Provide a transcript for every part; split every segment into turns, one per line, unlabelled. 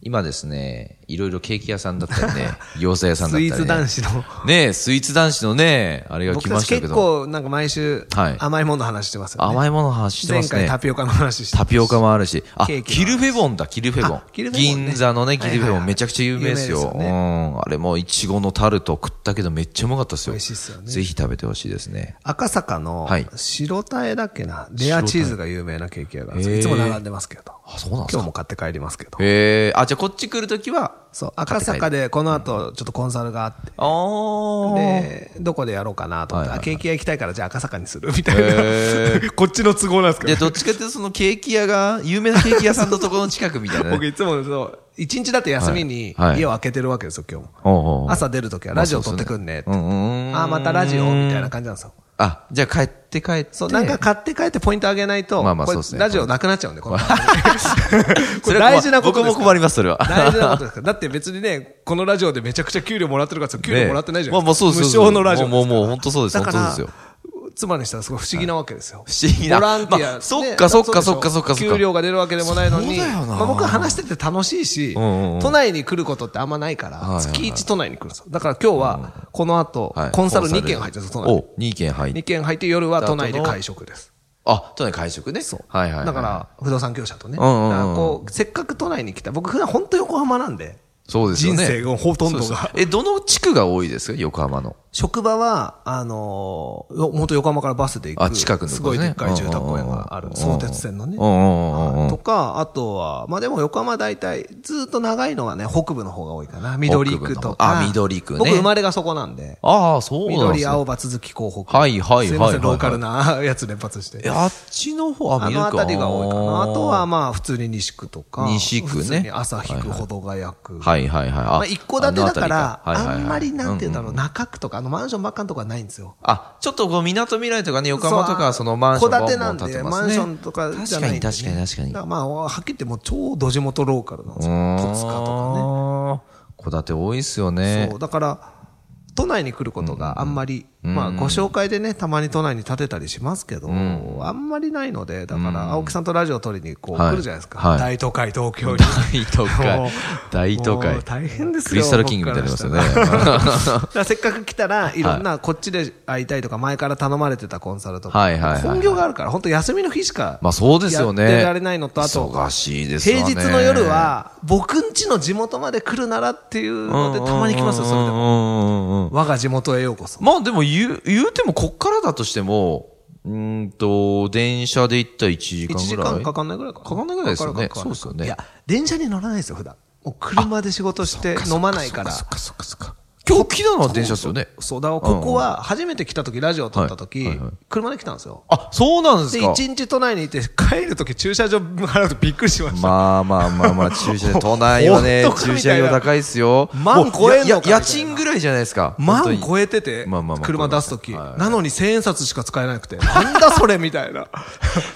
今ですね、いろいろケーキ屋さんだったり ね、餃子屋さんだったり、
ス
ね。
イーツ男子の。
ねえ、スイーツ男子のね、あれが来
僕
ま
た
し
ち
たけ
結
ど。
構なんか毎週
はい
甘いものの話してますよね。
甘いものの話してま
前
す
回
ね。
タピオカの話して
タピオカもあるし。あ、
ケーキの話
キルフェボンだ、キルフェボン
あ。キルフェボンね
銀座のね、キルフェボン、
はいはいはい
めちゃくちゃ有名ですよ。
有名ですよね
うん。あれも、いちごのタルト食ったけど、めっちゃうまかったですよ。
美味しいっすよね
ぜひ食べてほしいですね。
赤坂の
はい
白タエだっけな、レアチーズが有名なケーキ屋があるんです
へー
よいつも並んでますけど。
あ、そうなんです
今日
か
も。買って帰りますけど。
へえ、あ、じゃあこっち来るときは、
そう、赤坂でこの後ちょっとコンサルがあって、
あー。
で、どこでやろうかなと思って、
はい
あ
はい
ケーキ屋行きたいからじゃあ赤坂にするみた
へ
いな。 こっちの都合なんですけ
で、
ど。
どっちかっていうと、そのケーキ屋が、有名なケーキ屋さんのところの近くみたいな、
僕
ね。
いつもそう、一日だって休みに
はいはい
家を開けてるわけですよ、今日も。
ほうほうほう
朝出るときはラジオ撮ってくんねって。
まあそうですねうんうんうん
あー、またラジオみたいな感じなんですよ。
あ、じゃあ帰って帰って。
そう、なんか買って帰ってポイントあげないと、
まあまあ
これ
そうですね
ラジオなくなっちゃうんで、この番組こ
そ
れ
れは
大事なことです
僕も困ります、それは。
大事なことですから。だって別にね、このラジオでめちゃくちゃ給料もらってるかって給料もらってないじゃないです
ね
か。
まあまあそうです
無償のラジオですから。
もうもうもう本当そうです
だから
本当です
妻にしたらすごい不思議なわけですよ。
不思議な
ボランティア。
まあそっか
ねだ
そっか
うでしょ
そっかそっかそっか
給料が出るわけでもないのに。
そうだよな
まあ僕は話してて楽しいし、
うんうんうん
都内に来ることってあんまないか
はいはい
ら、月1都内に来るんですよ。だから今日は、この後
はい、
コンサル2件入ってるんですよ、都内に。
お、2件入っ
2
て。
件入って夜は都内で会食です。
あ、都内会食ね。
そう。
はいはいはい。
だから、不動産業者とね。
うんうんうん
だからこう、せっかく都内に来た。僕、普段本当横浜なんで。
そうですよね。
人生がほとんどが
そうそうえ、どの地区が多いですか横浜の。
職場は、あのー、よ本当横浜からバスで行く。
あ近くのと
す
こ
ご
ね
いでっかい住宅公園があ
う
る。
んうんうん
相鉄線のね
う。んうんうんうん
とか、あとは、まあでも横浜大体、ずっと長いのはね、北部の方が多いかな。緑区と
北部の
か。
あ緑区ね
僕生まれがそこなんで。
ああ、そうなんです
緑、
ね
青葉、続き、港北。
はいはいはいはい
すいません、ローカルな やつ連発して。
え、あっちの方、
あ
緑
の
か
辺りが多いかな。あとは、まあ、普通に西区とか。
西区ね
普通に朝日
はい
区、
はい
保土ヶ谷区。
はいはいはい。
まあ、一戸建てだから、
あの辺り
あんまり、なんて言うんだろう、
う。
中区とか、あの、マンションばっかのとこはないんですよ。
あ、ちょっとこう、港未来とかね、横浜とかはそのマンション
戸
が
建て
ボ
な
ン
ん
ボン建
で、
てます
マ
ね
ンションとかじゃ
確
な
か
いん
に
でね。
確かに確かに
だ。らまあ、はっきり言ってもう超ド地元ローカルなんですよ。戸塚と
とかね。戸建て多いっすよ
か
ね
ね。そ。う、だから、都内に来ることがあんまり、まあ、ご紹介でね、たまに都内に建てたりしますけど、あんまりないので、だから、青木さんとラジオ撮りにこう
はい
来るじゃないですか。
はい
大都会、東京に。
大都
もう
会。大都
もう
会。
大変ですよ
クリスタルキングみたいになりますよね。
だからせっかく来たら、いろんなこっちで会いたいとか、前から頼まれてたコンサルとか、
はいはいはい
本業があるから、本当休みの日し か、
まあそうですよね。
やってられないのと、あと、
忙しいですよ
平
ね。
日の夜、は、僕ん家の地元まで来るならっていうので、たまに来ますよ、それでも。
も。
我が地元へようこそ。
まあでも言う、言うてもこっからだとしても、うーんと、電車で行ったら1時間
1時
ぐら
間
い。
かかんないぐらいか
かかんないぐらいですよね
かかるかかんない
そうですよね
いや、電車に乗らないですよ、普段。もう車で仕事して飲まないから。
そっかそっかそっか。今日来たのは電車ですよね。
そう、だからここは初めて来た時、ラジオ撮った時
はいはいはい、
車で来たんですよ。
あ、そうなんです
で、
か。
一日都内にいて、 帰るとき駐車場払うとびっくりしました。
まあまあまあま あ、駐車場、都内はね
本、当か
駐
みた
車
いな
料高いですよ。
万
もう
超えんのか
やや
みたいな
家賃ぐらいじゃないですか。本
万
当に
超えてて
まあまあまあ、
車出すとき、
はい
なのに千円札しか使えなくて、なんだそれみたいな。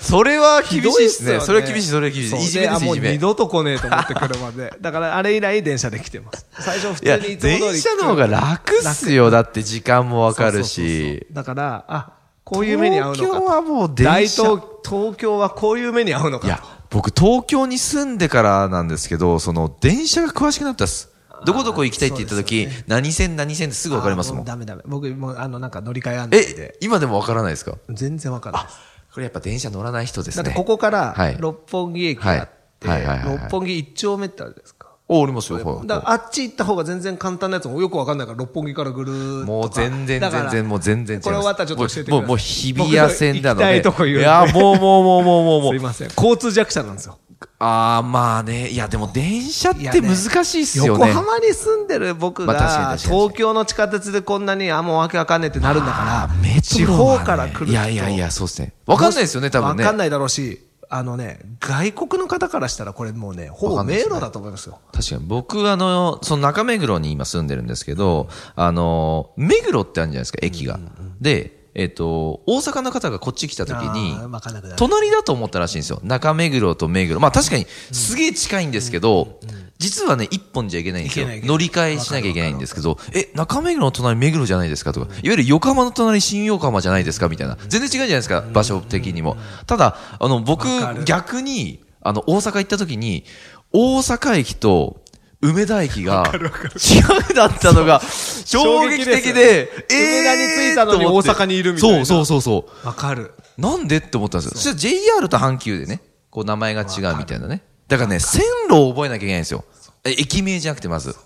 それは 厳しいです
ひど
ね。
っ
それは厳しい、それは厳し
そう
い。いじめです、
あも
いうじめ。
二
い
度と来ねえと思って車 で。だからあれ以来電車で来てます。最初普通
や、
にい つも通り来て。
電車の方が楽っすよ。だって時間もわかる
そうそうそ
し
う。だから、あ、こういう目に遭うの
東
かと。
京はもう
大
電車。
東東京はこういう目に遭うの
い
か
や
と。、
僕、東京に住んでからなんですけど、その、電車が詳しくなったっす。どこどこ行きたいって言った時、何線何線ってすぐわかりますも。
あーうんダメダメ。僕もうあのなんか乗り換え案内
え
で。、
今でもわからないですか
全然わかんないです。
これやっぱ電車乗らない人です
だ
ね。
ってここから
はい
六本木駅があって、
はいはいはいはいはい
六本木一丁目ってあるじゃないですか。
お、おりますよ。はい
だからあっち行った方が全然簡単なやつもよくわかんないから、六本木からぐるーっと。
もう全然
だ
全
から
然もう全然違います
これ終わったらちょっと教えてくだ
もう
さい。
もうもう日比谷線なの
僕行
で
きたいとこ言うんで
やもうもうもうもうもう
すい
もう
ません。交通弱者なんですよ。
ああまあねいやでも電車っ
いや
て
ね
難しいっすよ
横
ね
浜に住んでる僕
まあ確かに
が、
確かに
東京の地下鉄でこんなに、あ、もうわけわかんねえってなるんだから、
メ
地
トロは
方
ね
から来る人。
いやいやいやそうですねわかんないですよね多分ね
わかんないだろうし、あのね、外国の方からしたらこれもうね、ほぼ迷路だと思いますよ。
確かに。僕、あの、その中目黒に今住んでるんですけど、あの、目黒ってあるじゃないですか、駅が。で、えっと、大阪の方がこっち来た時に
あーわかんなくな、る
隣だと思ったらしいんですよ。中目黒と目黒。まあ確かに、すげえ近いんですけど、実はね、一本じゃいけないんですよ
いけないい。けない
乗り換えしなきゃいけないんですけど、え、中目黒の隣目黒じゃないですかとか、いわゆる横浜の隣新横浜じゃないですかみたいな。全然違うじゃないですか、場所的にも。ただ、あの、僕
わかる、
逆に、あの、大阪行った時に、大阪駅と梅田駅が違うだったのが衝撃的で、
すよね梅田に着いたのに
と思って
大阪にいるみたいな
そうそうそうそ
わかる。
う。なんでって思ったんですよ。そしたら JR と阪急でね、こう名前が違うみたいなね。だからね、線路を覚えなきゃいけないんですよ。え駅名じゃなくてまず。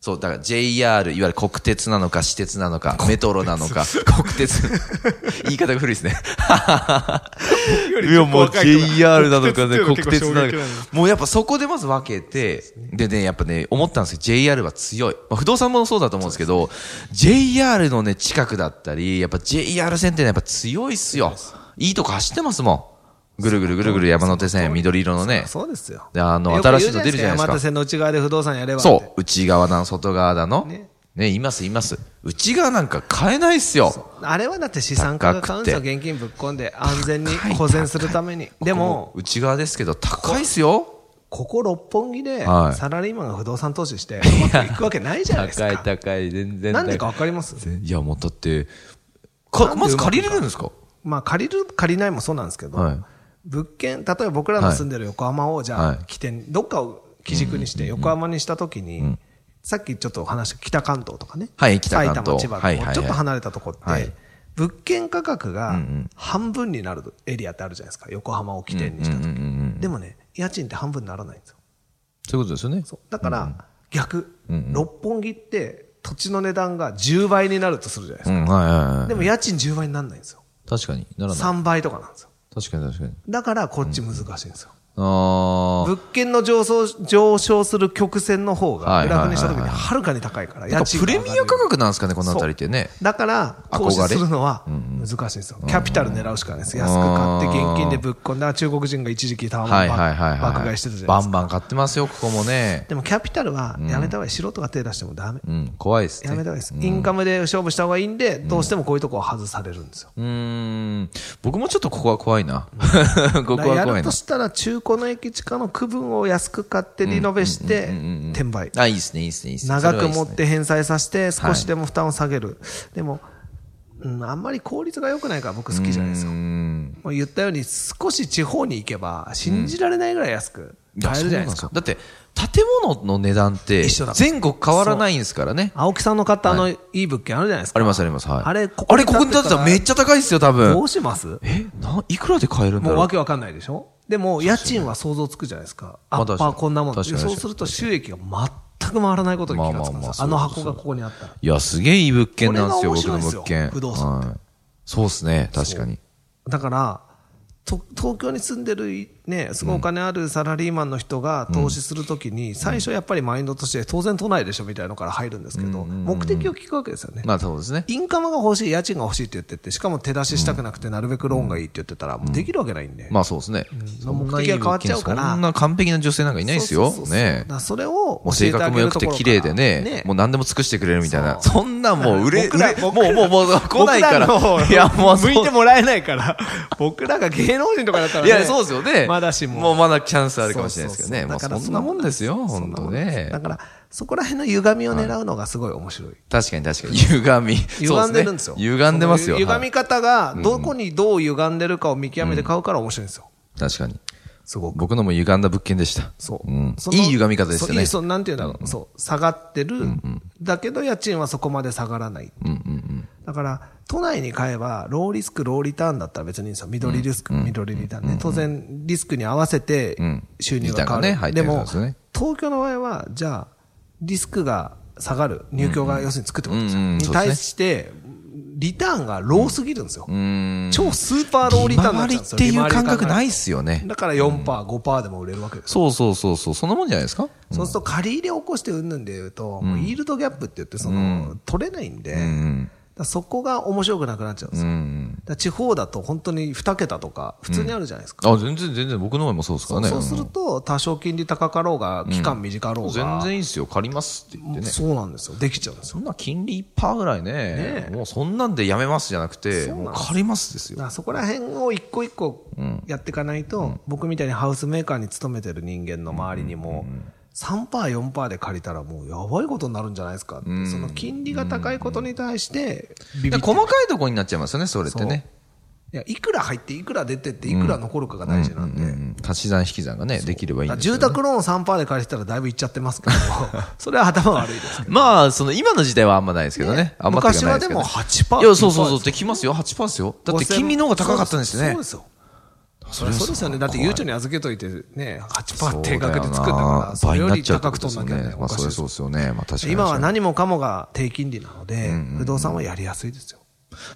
そう、だから JR、いわゆる国鉄なのか、私鉄なのか、メトロなの か、国鉄。言い方が古いですね。いや、もう JR なのかね、国鉄なのか。もうやっぱそこでまず分けて、でね、やっぱね、思ったんですよ。JR は強い。まあ、不動産もそうだと思うんですけど、JR のね、近くだったり、やっぱ JR 線ってね、やっぱ強いっすよ。いいとこ走ってますもん。ぐるぐるぐるぐる山手線、緑色のね。
そうですよ。
であの
よく言う
新しいの出るじゃないですか
山手線の内側で不動産やればって。
そう。内側だの、外側だの。
ね
ね、いますいます。内側なんか買えないっすよ。
あれはだって資産家が買うんですよ。
高くて
現金ぶっ込んで安全に保全するために。でも、
内側ですけど、高いっすよ。
ここ六本木で
はい
サラリーマンが不動産投資して、うまくいくわけないじゃないです
高い
か。
高い、全然高い。
なんでかわかります
いや、もうだって、
な
か
んで
まず借りれるんですか
まあ借りる、借りないもそうなんですけど、
はい
物件、例えば僕らの住んでる横浜を、じゃ
は
あ
い
起点、どっかを基軸にして横浜にしたときに、さっきちょっとお話した北関東とかね。
はい北関東
埼玉、千
はいはい
葉の
は
こ
いう
ちょっと離れたとこって、
はい
物件価格
うんう
が
ん
半分になるエリアってあるじゃないですか。横浜を起点にしたとき。
うんうんうんうんうん
でもね、家賃って半分にならないんですよ。
そういうことですよね。
そうだから、逆、
うんうん
六本木って土地の値段が10倍になるとするじゃないです
う
か。
ん、はいはいはい。
でも家賃10倍にならないんですよ。
確かに。ならない。
3倍とかなんですよ。
確かに確かに。
だからこっち難しいんですよ。
あー。
物件の上昇上昇する曲線の方が
はい
グ
はいは
ラ
い
フ
はい
にした時にはるかに高いから、
なん
家
か
賃
プ
が上
レ
がる
ミア価格なんですかね、この辺りってね。
だから、
憧れ
投資するのは難しいんですよ。キャピタル狙うしかないです。安く買って現金でぶっ込んだ中国人が一時期タワ
はい
ー
はいはいはい。
マン爆買いしてたじゃない
バ
です
ン
か。
バン買ってますよ、ここもね。
でもキャピタルはやめた方がいい。素人が手出してもダメ。
うん、怖いですね。
やめた方がいいです。インカムで勝負した方がいいんで、どうしてもこういうとこは外されるんですよ。
うーん。僕もちょっとここは怖いな。 ここ
だから
は
や
怖いな
ると。したら中古の駅地下の区分を安く買ってリノベして転売。
あ、いいですね、いいですね、いいですね。
長
それ
く
はいい
持
っ
っ
すね
て返済させて少しでも負担を下げる。でも、うん、あんまり効率が良くないから僕好きじゃないですよ。
うー
も
ん。
う言ったように少し地方に行けば信じられないぐらい安く
いや
買えるじゃないです
そう
か。
んよだって、建物の値段って
一緒だ、
全国変わらないんですからね。
青木さんの買ったあのいい物件あるじゃないです
あ
か。
りますあります。はい。
あれ
こ
こ
こ
こ
に
に
建てたらめっちゃ高いですよ、多
ど
分
う。します
え、な、いくらで買えるんだ
もう
ろ
わ
う
けわかんないでしょでも、家賃は想像つくじゃないですか。
ま
ア
あ
ッパーこんなもん。
確かに確か
そう
に
すると収益が全く回らないことに気がつくん
まあまあまあ
です
そう
よ。あの
そう
箱がここにあったら。
いや、すげえいい物件なんですよ、
これ
僕
が
の
面白いんですよ
物件。
不動産って
はいそうですね、確かに。
だから、と東京に住んでる、ね、すごいお金あるサラリーマンの人が投資するときに、最初やっぱりマインドとして、当然都内でしょみたいなのから入るんですけど、目的を聞くわけですよね。
まあそうですね。
インカムが欲しい、家賃が欲しいって言ってて、しかも手出ししたくなくて、なるべくローンがいいって言ってたら、もうできるわけないんで。
まあそうですね。そんないい
目的が変
物
わっち
件、
ゃうから
そんな完璧な女性なんかいないですよ。
そうそうそうそうだ
ね
からそれを
もう
教え
性
てあ
格も
げる
良く
と
て
ころから
綺麗でね、もう何でも尽くしてくれるみたいな。そんなもう売れ、売
僕ら
れ、もうもうもう来ないから
僕らの。
いや、もうそ
向
ん
いてもらえないから、僕らが芸能人とかだったら、
い
ね、
や、そうですよね。
まだしも。
もうまだチャンスあるかもしれないですけどね。
そうそうそう
もうそんなもんですよ、
そん
本
な
当
もん
ね。
だから、そこら辺の歪みを狙うのがすごい面白い。
確かに確かに。歪み。
歪んでるんですよ。
そうね歪んでますよ。
その
は
歪
い
み方が、どこにどう歪んでるかを見極めて買うから面白いんですよ。
確かに。
すごく。
僕のも歪んだ物件でした。
そう。
ん
その
いい歪み方でし
そ
た
うい
ね
い。そう、なんていうんだろう。そう。下がってる。だけど、家賃はそこまで下がらない。だから、都内に買えば、ローリスク、ローリターンだったら別にいいんですよ。緑リスク、緑リターンね。当然、リスクに合わせて
ん
収入
リターン
が変わ
がね
る。
入ってる
で
から
も
ですね、
東京の場合は、じゃあ、リスクが下がる。入居が要するにつくってことですよ。
うんうんうん
に対して、リターンがローすぎるんですよ。
うーん。
超スーパーローリターンに
回
なっち
り
ゃ
っ
うんですよ。
ていう感
利回り
覚
考える
ないっすよね。
だから4%、5%でも売れるわけです
そ
よ
うそうそうそう。そんなもんじゃないですか
そうすると借り入れを起こしてうんぬんで言うと、もうイールドギャップって言ってその、取れないんで、だからそこが面白くなくなっちゃうんです
う
よ。
ん。
ら地方だと本当に2桁とか普通にあるじゃないですか。
あ、全然全然僕の前もそうですからね。
そうすると多少金利高かろうが、期間短かろ
うん
う
全
が、
然いいですよ。借りますって言ってね。
そうなんですよ。できちゃうんですよ。
そんな金利1%ぐらいね
ねえ
もうそんなんでやめますじゃなくて、
そうな
も
んで
う
す
借りますです
だ
よ
か。らそこら辺を一個一個やっていかないと、僕みたいにハウスメーカーに勤めてる人間の周りにも、3%、4%で借りたらもうやばいことになるんじゃないですかって、その金利が高いことに対してビビ
で
って、
細かいところになっちゃいますよね、それってね。
いやいくら入って、いくら出てって、いくら残るかが大事なんで、
うん足し算引き算がね、できればいいんですよ
住
ね
宅ローン3%で借りてたらだいぶいっちゃってます けど、それは頭悪いですけど。
まあ、その今の時代はあんまないですけどね。あんまっていうか
昔
ない
は
す
で
けど
も
ね
8%。
いや、そうそうそう、ってきますよ。8%ですよ。だって
5000
金利の方が高かったんですね
そう。ですよ。それそうですよね。だって、ゆうちょに預けといて、ね、
そ
8%
う
定額で作
だ
った
よな
から、それ
倍に
よ
なっ
り
ちゃうって
高
こ
く
とです
取ん
よ
なきゃね
ね。、まあ、それは
おかしい
そう
で
ですよね。まあ、確か
す
に。
今は何もかもが低金利なので、不動産はやりやすいですよ。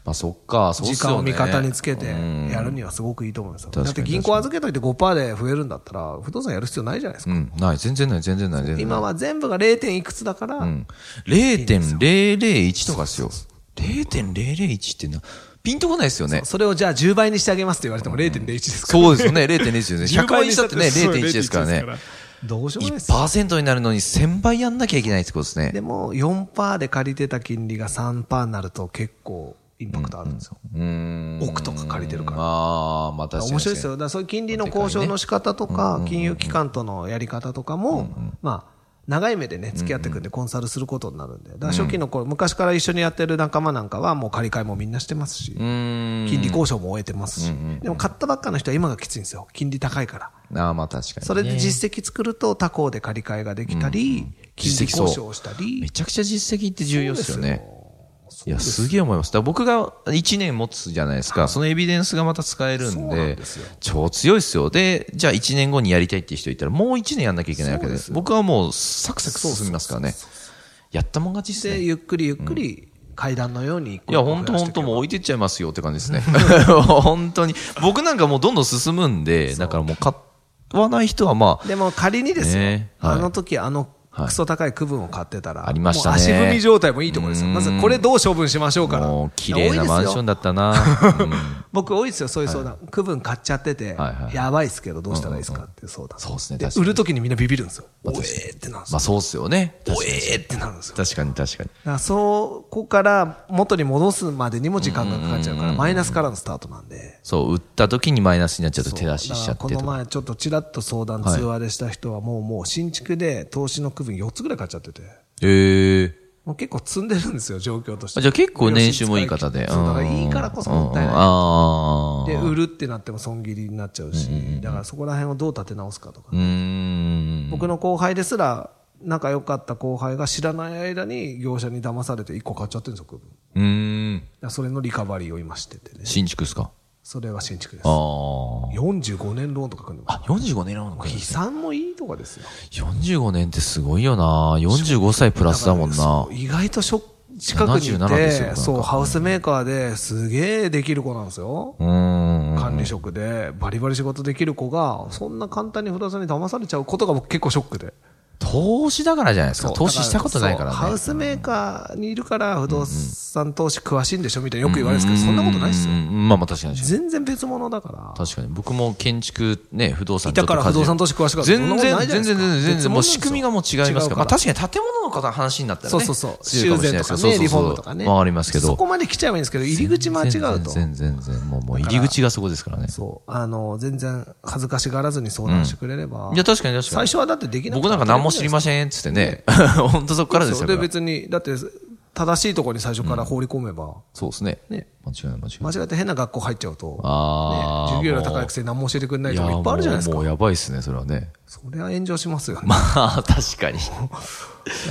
まあ、そっか、そうっ
時
す
間を
よね。
味方につけてやるにはすごくいいと思いますよ。
確か
だ
に
って銀行預けといて5%で増えるんだったら、不動産やる必要ないじゃないです
う
か。
ん、ない、全然ない、全然ない、全然ない。
今は全部が 0. 点いくつだから、
うん、0.001とかですよ。0.001ってな、ピンとこないですよね。
それをじゃあ10倍にしてあげますって言われても0.01ですから。
そうですよね、0.0です よね。100倍にしたってね、
そう
0.1ですからね。
どうしようもないですよ。
1%になるのに1000倍やんなきゃいけないってことですね
で。も、4%で借りてた金利が3%になると結構インパクトあるんですよ。
うーん。
億とか借りてるから。
ああ、まあ確かに。
面白いですよ。だからそういう金利の交渉の仕方とか、金融機関とのやり方とかも、まあ、長い目でね、付き合っていくんで、コンサルすることになるんで。だから初期の頃、昔から一緒にやってる仲間なんかは、もう借り換えもみんなしてますし、
うーん。
金利交渉も終えてますし、でも買ったばっかの人は今がきついんですよ。金利高いから。
ああ、まあ確かに、ね。
それで実績作ると他校で借り換えができたり、金利
実績そう
交渉をした
め
り。
ちゃくちゃ実績って重要ですよね。
そう
い
で
や、
すよ。
すげえ思います。だから僕が1年持つじゃないですか。そのエビデンスがまた使える
そ
ん
うなん
で
ですよ、
超強いですよ。で、じゃあ1年後にやりたいって人いたら、もう1年やんなきゃいけないわけです。僕はもうサクサク進みますからね。やったもん勝ちです
で、
ね。
ゆっくりゆっくり階段のように一個
い
一
や、
個
本当
増やし
本
てけ
当
ば
もう置いてっちゃいますよって感じ ですね。本当に。僕なんかもうどんどん進むんで、だからもう買わない人はまあ、
でも仮にですよ、
ねはい
あの時あのクソ高い区分を買ってたら、
ありましたね
もう足踏み状態もいいところですよ。
うん
まずこれどう処分しましょうから。
もう綺麗なマンション
だ。
だったな。 うん
僕多いですよ、そういう相談。区分買っちゃってて、
はいはい
やばいですけどどうしたらいいですかっていう相談。
そうですね、
で
確か
売
に。
る時にみんなビビるんですよ。おえ
確かに
ーってなるんで
ま
す
あ
よ。
そうっすよね。確
お
かに
えーってなるんですよ。だか
確かに確かに。
らそこから元に戻すまでにも時間がかかっちゃうから、マイナスからのスタートなんで。
そう、売った時にマイナスになっちゃうと手出し
だ
し
か
ちゃ
ら
って
ことの
か。
前ちょっとちらっと相談通話でした人はもうもう新築で投資の区分4つぐらい買っちゃってて。
へえ
もう結構積んでるんですよ、状況として。
あじゃあ結構年収もいい方で。
そうだから
うん
いいからこそもったい
うん
ない。
ああ。
で、売るってなっても損切りになっちゃうし、だからそこら辺をどう立て直すかとか。
うーん。
僕の後輩ですら、仲良かった後輩が知らない間に業者に騙されて1個買っちゃってるんですよ、区分だか
うーん。
らそれのリカバリーを今しててね。
新築っすか
それは新築です
あ。あ。
45年ローンとか組んでます。
あ、45年なのか。
悲惨もいいとかですよ。
45年ってすごいよな。45歳プラスだもんな
そう。意外としょ近くにい
77ですよなんか
て、そう、ハウスメーカーですげえできる子なんですよ。
うーん。
管理職でバリバリ仕事できる子が、そんな簡単に不動産に騙されちゃうことが僕結構ショックで。
投資だからじゃないですか。投資したことないか
そうハ
ら
ウ
ね。
スメーカーにいるから不動産投資詳しいんでしょみたいなよく言われるんですけど、そんなことないですよ
う。ん。まあまあ確かに確かに。
全然別物だから。
確かに。僕も建築ね、不動産
いたから
ちょっと
不動
舵
産投資詳しかった
全然、
そんなことないじゃ
全然、
ないです
全然、
か
全
別
然、も
物
う
なんですよ
仕組みがもう違います
違う
か
から
ら。まあ確かに建物の方の話になったら
そう
ね。
そうそう。
強いか
修
もしれ
繕
ないで
と
すけど
か
そうそ
ね、
うそう
リフォームとかね。
まあありますけど。
そこまで来ちゃえばいいんですけど、入り口間違うと。
全然、全然、もう、もう入り口がそこですからね。
そう。あの、全然恥ずかしがらずに相談してくれれば。
いや、確かに確か
最
に。
初はだってできなく
僕なんか何も知りませんっつってね。 本当そこからです
そ
よ。だ
れ
から
別に、だって、正しいところに最初から放り込めば、
そうですね。間違い
ね
ない、間違い
間
ない。
違って変な学校入っちゃうと、ね
あー。
授業料高いくせに何も教えてくれないとかいっぱいあるじゃないです
や
か
もう。もうやばいっすね、それはね。
そりゃ炎上しますよね。
まあ、確 かに。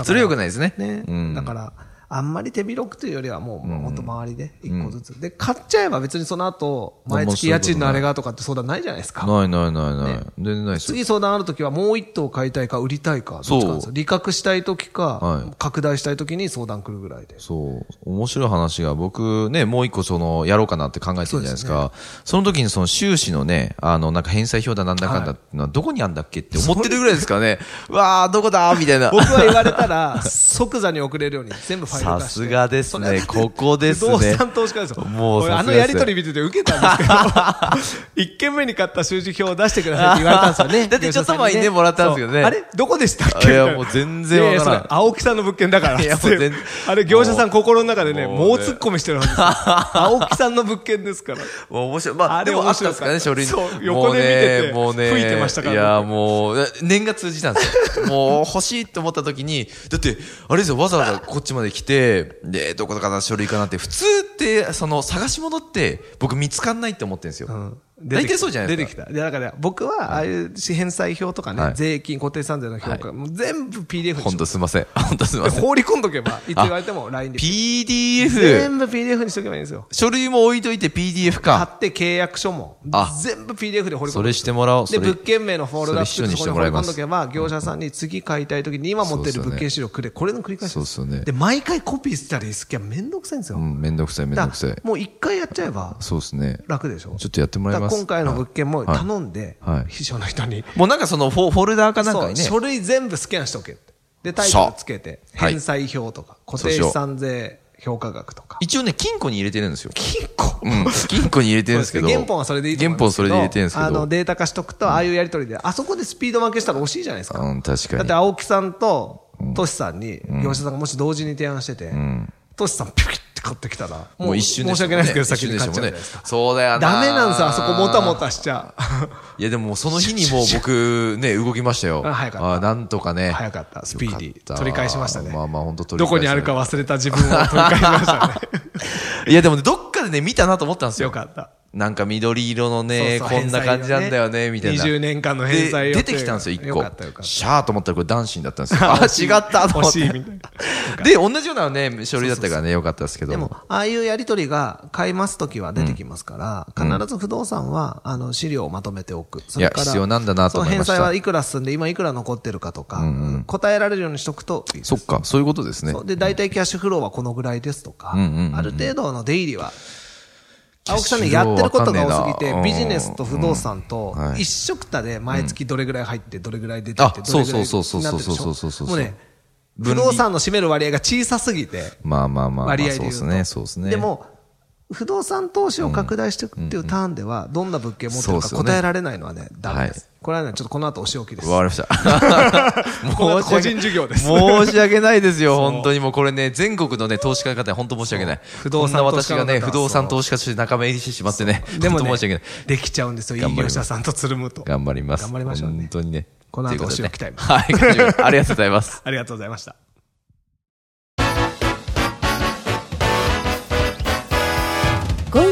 それ良くないですね。
ね
うん
だから、あんまり手広くというよりはもう、もうほんと周りで一個ずつ。で、買っちゃえば別にその後、毎月家賃のあれがとかって相談ないじゃないですか。
ないないないない。全然ないですよ。
次相談あるときはもう一棟買いたいか売りたいか、どっちかなんです
そ
よ。利確したいときか、
はい
拡大したいときに相談来るぐ らいで。
そう。面白い話が、僕ね、もう一個その、やろうかなって考えてるじゃないですか。その時にその収支のね、あの、なんか返済表だなんだかんだっていうのは、どこにあんだっけって思 ってるぐらいですからね。うわー、どこだーみたいな。
僕は言われたら、即座に送れるように全部フファイル化して
さすがですね
それはだって
ここですね
不動産投資家ですよ
もう
俺
さ
あ
す
の
がです
やり取り見てて受けたん ですけど一軒目に買った収支表を出してくださいって言われたんですよね
だってちょっと前にね
吉田さ
もらったんですけどね
そうあれどこでしたっけ
いや
みたな
もう全然わからん
いやいやそれ青木さんの物件だから
いやもう全然
あれ業者さん心の中でね
もう
もう突っ込みしてるはずで すよ青木さんの物件ですから
もう面白い。まあ、
あれ
でもあ
面
ったんで
白
す
か
かね、
った
書類に
そう横で見てて
もうね、
吹いてましたから
いや、もう、年が通じたんですよ。 もう、欲しいって思った時に、だって、あれですよ、わざわざこっちまで来て、で、どこかな、書類かなって、普通って、その、探し物って、僕見つかんないって思ってるんですよ。
出て
大
き
体そうじゃないです
出
か。
てきた。で、だから、僕は、ああいう支返済表とかね、
はい
税金、固定産税の表か、もう全部 PDF に
本
し
当すいません。 本当すいま
て
せん。
放り込んどけば、いつ言われても LINE で。全
PDF。
部 PDF にしとけばいいんですよ。
書類も置いといて PDF
買
か。
って契約書も
あ、
全部 PDF で放り込
そ
んで
れ。してもらおう。
で、
それ
物件名のフォールダップ
それ一緒にして
そこ
も
に
らい
放り込
ま
ん
す
どけば、業者さんに次買いたいときに今持ってる物件資料くれ。これの繰り返しです。
そうっすよね
で、毎回コピーしたりすきゃめんどくさいんですよ。
うん、めんどくさい、めんど
だ
くさ
か
い
ら。もう一回やっちゃえば、
そうですね。
楽でしょ
ちょっとやってもらいます
だから今回の物件も
はい
頼んで、
はい
秘書の人に、
もうなんかそのフォフォルダーかなんか
そう
にね。
書類全部スキャンしておけってでタイトルつけて
そうはい
返済表とか固
そうしよ
定
う
資産税評価額とか
一応ね、金庫に入れてるんですよ。
金 庫
うん、金庫に入れてるんですけど。
原本はそれでいいと
原
思うん
本
す
それ
けど
で入れてるんですけ
あの
ど。
データ化しとくとああいうやり取りであそこでスピード負けしたら惜しいじゃないですか
うん、確か
だ
に。
って青木さんとトシさんに業者さんがもし同時に提案しててトシさんピュキって買ってきたら
もう一瞬で
申
た
し
もんね
訳ないですけど先に買っちゃうじゃな
一瞬
いで
ですしたもんねそう
か
だよな。
ダメなんですよあそこもたも。たしちゃう
いや、でもその日にもう僕、ね、動きましたよ。
あ早かった
あなんとかね。
早かったスピーディー
よかった
取り返しましたね
まあまあ、本当取り
どこ
返し
に
た
あるか。忘れた自分を取り返しましたね
いや、でもね、どっかでね、見たなと思ったんですよ。
よかった
なんか緑色のね、
そうそう
こんな感じなんだよ
返済
ね、
をね
みたいな。
20年間の返済
で
を
出てきたんですよ、1
よ
個
かったよかっ。た
シャーと思ったらこれ男子にだったんですよ。あ、違ったと思
欲
っ
しい
て。
みたいな
で、同じようなね、書類だったからね、よかったですけど。
でも、ああいうやり取りが買いますときは出てきますから、必ず不動産は、あの、資料をまとめておく。それから
必要なんだなと思いました
その返済はいくら進んで、今いくら残ってるかとか、答えられるようにしとくといいで
そ
す
っか、そういうことですね。
そうで、大体キャッシュフローはこのぐらいですとか、
んうんうんうん
ある程度の出入りは、
キャッ
青木
シ
さ
ュ
ん
フロ
ね、
ー
やってることが多すぎ
わ
て
かんねえなう、ん
ビジネスと不動産と
うんは、い
一緒くたで毎月どれぐらい入って、どれぐらい出てって、
あ
どれぐらいになってるでし
そ
ょ
うそうそうそうそうそうそうそう
もうね、
分
不
離
動産の占める割合が小さすぎて、
まあまあまあまあ、
割合で
そうで
言うと
すね、そうですね。
でも、不動産投資を拡大していくっていうターンでは、どんな物件持って
そう
る
っ
か
すよね
答えられないのはね、ダメで
は
す。これはね、ちょっとこの後お仕置きです。
わかりました。
こ
申
の後
し訳
個人授業です
申し訳ないですよ、本当にもうこれね、全国のね、投資家の方に本当申し訳ない。
不動産
こんな私がね、
投資家の方は
不動産投資家として仲間入りしてしまってね、
でもね
本当申し訳ない。、
できちゃうんですよ、
頑
いい
張り
業
ます
者さんとつるむと。
頑張ります。
頑張りましょうね
本当にね。
この後
というとで
お仕置きタイム
はい、ありがとうございます。
ありがとうございました。
今